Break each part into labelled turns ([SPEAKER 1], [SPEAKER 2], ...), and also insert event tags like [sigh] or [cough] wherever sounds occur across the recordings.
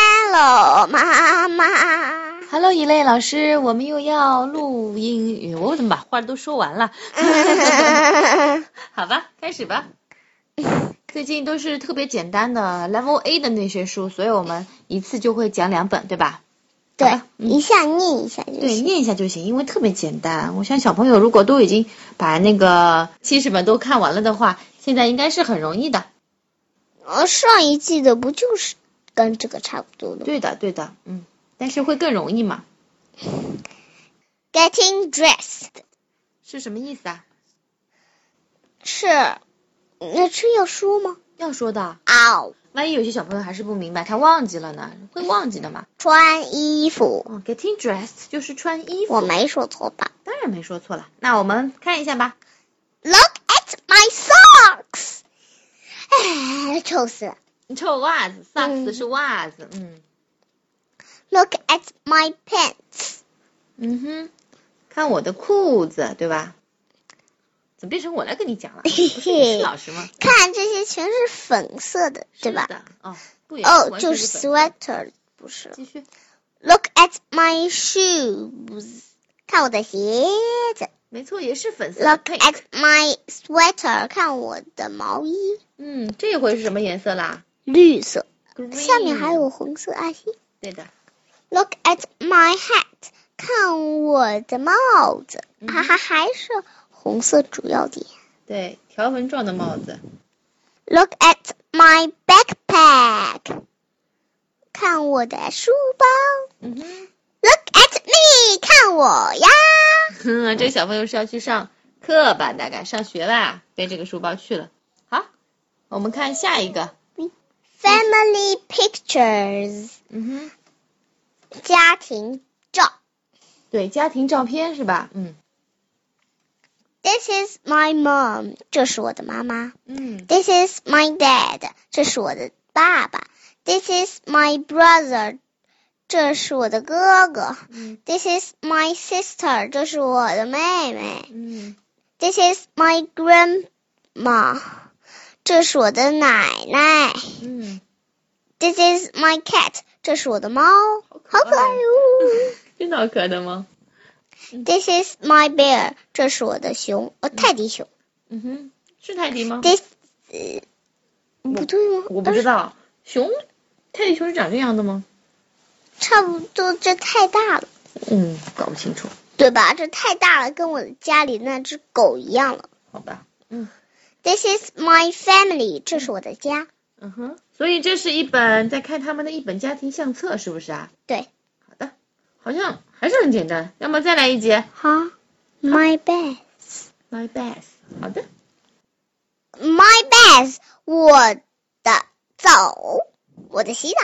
[SPEAKER 1] Hello，妈
[SPEAKER 2] [laughs]
[SPEAKER 1] 妈。
[SPEAKER 2] Hello，一类老师，我们又要录英语。我怎么把话都说完 [laughs] 了？好吧，开始吧。最近都是特别简单的 Level A 的那些书，所以我们一次就会讲两本，对吧？
[SPEAKER 1] 对，一下念一下就
[SPEAKER 2] 对，
[SPEAKER 1] 行。
[SPEAKER 2] 念一下就行，因为特别简单。我想小朋友如果都已经把那个七十本都看完了的话，现在应该是很容易的。
[SPEAKER 1] 呃，上一季的不就是跟这个差不多的吗
[SPEAKER 2] 对的，对的，嗯，但是会更容易嘛？
[SPEAKER 1] ？Getting dressed
[SPEAKER 2] 是什么意思啊？
[SPEAKER 1] 是，那这要说吗哦
[SPEAKER 2] 要说的，
[SPEAKER 1] ？out
[SPEAKER 2] 万一有些小朋友还是不明白，他忘记了呢，会忘记的嘛。
[SPEAKER 1] 穿衣服，
[SPEAKER 2] 哦，getting dressed 就是穿衣服，
[SPEAKER 1] 我没说错吧
[SPEAKER 2] 当然没说错了。那我们看一下吧。
[SPEAKER 1] ？Look at my socks，哎，臭死了。
[SPEAKER 2] 臭袜子，socks
[SPEAKER 1] 嗯
[SPEAKER 2] 是袜子，嗯
[SPEAKER 1] Look at my pants，
[SPEAKER 2] 嗯哼，看我的裤子，对吧？怎么变成我来跟
[SPEAKER 1] [laughs]
[SPEAKER 2] 你讲了？不是你 [laughs] 是老师吗？
[SPEAKER 1] 看这些全是粉色的，对吧
[SPEAKER 2] 是？的？哦，不也
[SPEAKER 1] 哦，
[SPEAKER 2] 完全
[SPEAKER 1] 就是
[SPEAKER 2] 粉
[SPEAKER 1] sweater，不是。
[SPEAKER 2] 继续，
[SPEAKER 1] Look at my shoes，看我的鞋子。
[SPEAKER 2] 没错，也是粉色的
[SPEAKER 1] Look
[SPEAKER 2] pink。
[SPEAKER 1] at my sweater，看我的毛衣，
[SPEAKER 2] 嗯，这回是什么颜色啦？
[SPEAKER 1] 绿色，
[SPEAKER 2] Green
[SPEAKER 1] 下面还有红色爱心。
[SPEAKER 2] 对的，
[SPEAKER 1] Look at my hat，看我的帽子，
[SPEAKER 2] 嗯
[SPEAKER 1] 哈哈，还是红色主要点。
[SPEAKER 2] 对，条纹状的帽子，
[SPEAKER 1] Look at my backpack，看我的书包。
[SPEAKER 2] 嗯哼
[SPEAKER 1] Look at me，看我呀。
[SPEAKER 2] 哼， [laughs] 这小朋友是要去上课吧？大概上学吧，背这个书包去了。好，我们看下一个，
[SPEAKER 1] Family pictures，
[SPEAKER 2] 嗯哼。
[SPEAKER 1] 家庭照。
[SPEAKER 2] 对，家庭照片是吧？嗯
[SPEAKER 1] This is my mom，这是我的妈妈。
[SPEAKER 2] 嗯
[SPEAKER 1] This is my dad，这是我的爸爸。This is my brother，这是我的哥哥。
[SPEAKER 2] 嗯
[SPEAKER 1] This is my sister，这是我的妹妹。
[SPEAKER 2] 嗯
[SPEAKER 1] This is my grandma，这是我的奶奶。
[SPEAKER 2] 嗯，
[SPEAKER 1] This is my cat，这是我的猫，
[SPEAKER 2] 好可
[SPEAKER 1] 好可爱
[SPEAKER 2] 爱，
[SPEAKER 1] 哟。
[SPEAKER 2] 真的好可爱的吗？
[SPEAKER 1] This is my bear，这是我的熊，呃，泰迪熊。
[SPEAKER 2] 嗯哼，是泰迪吗？
[SPEAKER 1] This，呃不对吗？哦
[SPEAKER 2] 我不知道，熊，泰迪熊是长这样的吗？
[SPEAKER 1] 差不多，这太大了，
[SPEAKER 2] 嗯，搞不清楚，
[SPEAKER 1] 对吧？这太大了，跟我家里那只狗一样了。
[SPEAKER 2] 好吧。
[SPEAKER 1] This is my family，这是我的家。
[SPEAKER 2] 嗯哼，所以这是一本在看他们的一本家庭相册，是不是啊？
[SPEAKER 1] 对。
[SPEAKER 2] 好的，好像还是很简单，要么再来一节。
[SPEAKER 1] 哈，my bed。
[SPEAKER 2] My best。好的，
[SPEAKER 1] My bed，我的澡，我的洗澡，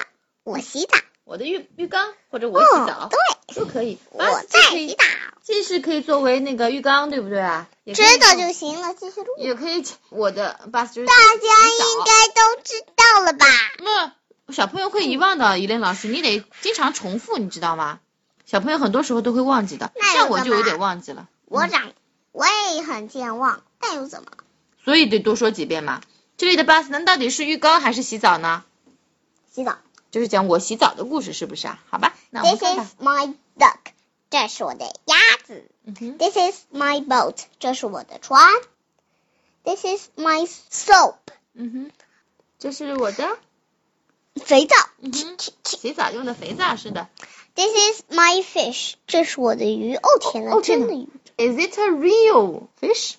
[SPEAKER 1] 我洗澡。
[SPEAKER 2] 我的浴浴缸或者我洗
[SPEAKER 1] 哦，
[SPEAKER 2] 澡、
[SPEAKER 1] 对，
[SPEAKER 2] 都可以。
[SPEAKER 1] 我
[SPEAKER 2] 啊
[SPEAKER 1] 在
[SPEAKER 2] 这可
[SPEAKER 1] 洗
[SPEAKER 2] 以，
[SPEAKER 1] 澡，
[SPEAKER 2] 这是可以作为那个浴缸，对不对啊？也可以
[SPEAKER 1] 知道
[SPEAKER 2] 用
[SPEAKER 1] 就行了，继续录。
[SPEAKER 2] 也可以讲，我的 bus 就是
[SPEAKER 1] 大家
[SPEAKER 2] 啊
[SPEAKER 1] 应该都知道了吧？
[SPEAKER 2] 那小朋友会遗忘的，依琳老师，你得经常重复，你知道吗？小朋友很多时候都会忘记的，
[SPEAKER 1] 那又
[SPEAKER 2] 像我就
[SPEAKER 1] 干
[SPEAKER 2] 有
[SPEAKER 1] 嘛
[SPEAKER 2] 点忘记了，
[SPEAKER 1] 我长，我也很健忘，但又怎么？
[SPEAKER 2] 所以得多说几遍嘛。这里的 bus 能到底是浴缸还是洗澡呢？
[SPEAKER 1] 洗澡。
[SPEAKER 2] 就是讲我洗澡的故事，是不是啊？好吧，那我们
[SPEAKER 1] This
[SPEAKER 2] 看看
[SPEAKER 1] is，my duck，这是我的鸭子。
[SPEAKER 2] 嗯哼，
[SPEAKER 1] This is my boat，这是我的船。This is my soap，
[SPEAKER 2] 嗯哼，这是我的，
[SPEAKER 1] 肥皂。
[SPEAKER 2] 嗯哼，洗澡用的肥皂，是的。
[SPEAKER 1] This is my fish，这是我的鱼。哦天呐，
[SPEAKER 2] 哦天
[SPEAKER 1] 真
[SPEAKER 2] 哪
[SPEAKER 1] 的鱼。
[SPEAKER 2] Is it a real fish?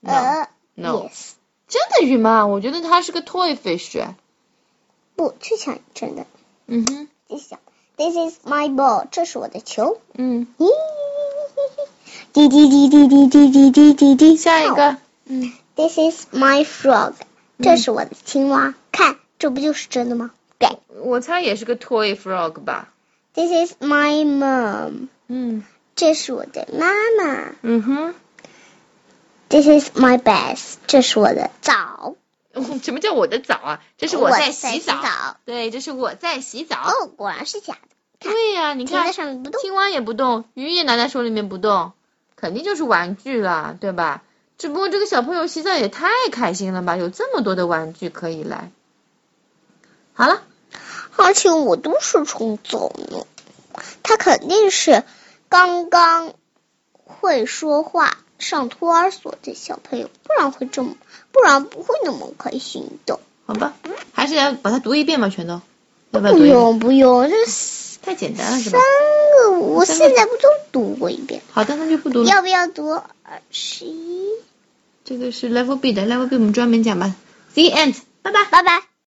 [SPEAKER 2] No,
[SPEAKER 1] 呃
[SPEAKER 2] no，
[SPEAKER 1] ，yes，
[SPEAKER 2] 真的鱼吗？我觉得它是个 toy fish。
[SPEAKER 1] 不，去抢真的，
[SPEAKER 2] 嗯哼，
[SPEAKER 1] 去抢。This is my ball，这是我的球。
[SPEAKER 2] 嗯。
[SPEAKER 1] 咦滴滴滴滴滴滴滴滴滴滴。
[SPEAKER 2] 下一个，
[SPEAKER 1] 嗯，This is my frog，这
[SPEAKER 2] 嗯
[SPEAKER 1] 是我的青蛙。看，这不就是真的吗？对。
[SPEAKER 2] 我猜也是个 toy frog 吧。
[SPEAKER 1] This is my mom，
[SPEAKER 2] 嗯
[SPEAKER 1] 这是我的妈妈。
[SPEAKER 2] 嗯哼， [laughs]
[SPEAKER 1] This is my bath，这是我的澡。
[SPEAKER 2] 什么叫我的澡啊？这是
[SPEAKER 1] 我
[SPEAKER 2] 在
[SPEAKER 1] 洗
[SPEAKER 2] 澡。对，这是我在洗澡。
[SPEAKER 1] 哦，果然是假的，
[SPEAKER 2] 对呀、你
[SPEAKER 1] 停在
[SPEAKER 2] 看，
[SPEAKER 1] 上面不动。
[SPEAKER 2] 青蛙也不动，鱼也拿在手里面不动，肯定就是玩具啦，对吧？只不过这个小朋友洗澡也太开心了吧，有这么多的玩具可以来。好了，
[SPEAKER 1] 好而且我都是从总的，他肯定是刚刚会说话、上托儿所的小朋友，不然会这么，不然不会那么开心的。
[SPEAKER 2] 好吧，还是来把它读一遍吧，全都，要不要
[SPEAKER 1] 不
[SPEAKER 2] 读一遍？
[SPEAKER 1] 用不用，这三
[SPEAKER 2] 太简单了是吧？
[SPEAKER 1] 个我
[SPEAKER 2] 三个
[SPEAKER 1] 现在不都读过一遍？
[SPEAKER 2] 好的，那就不读了。
[SPEAKER 1] 要不要读二十一？
[SPEAKER 2] 这个是 Level B 的，Level B 我们专门讲吧。The end，拜拜。
[SPEAKER 1] 拜拜。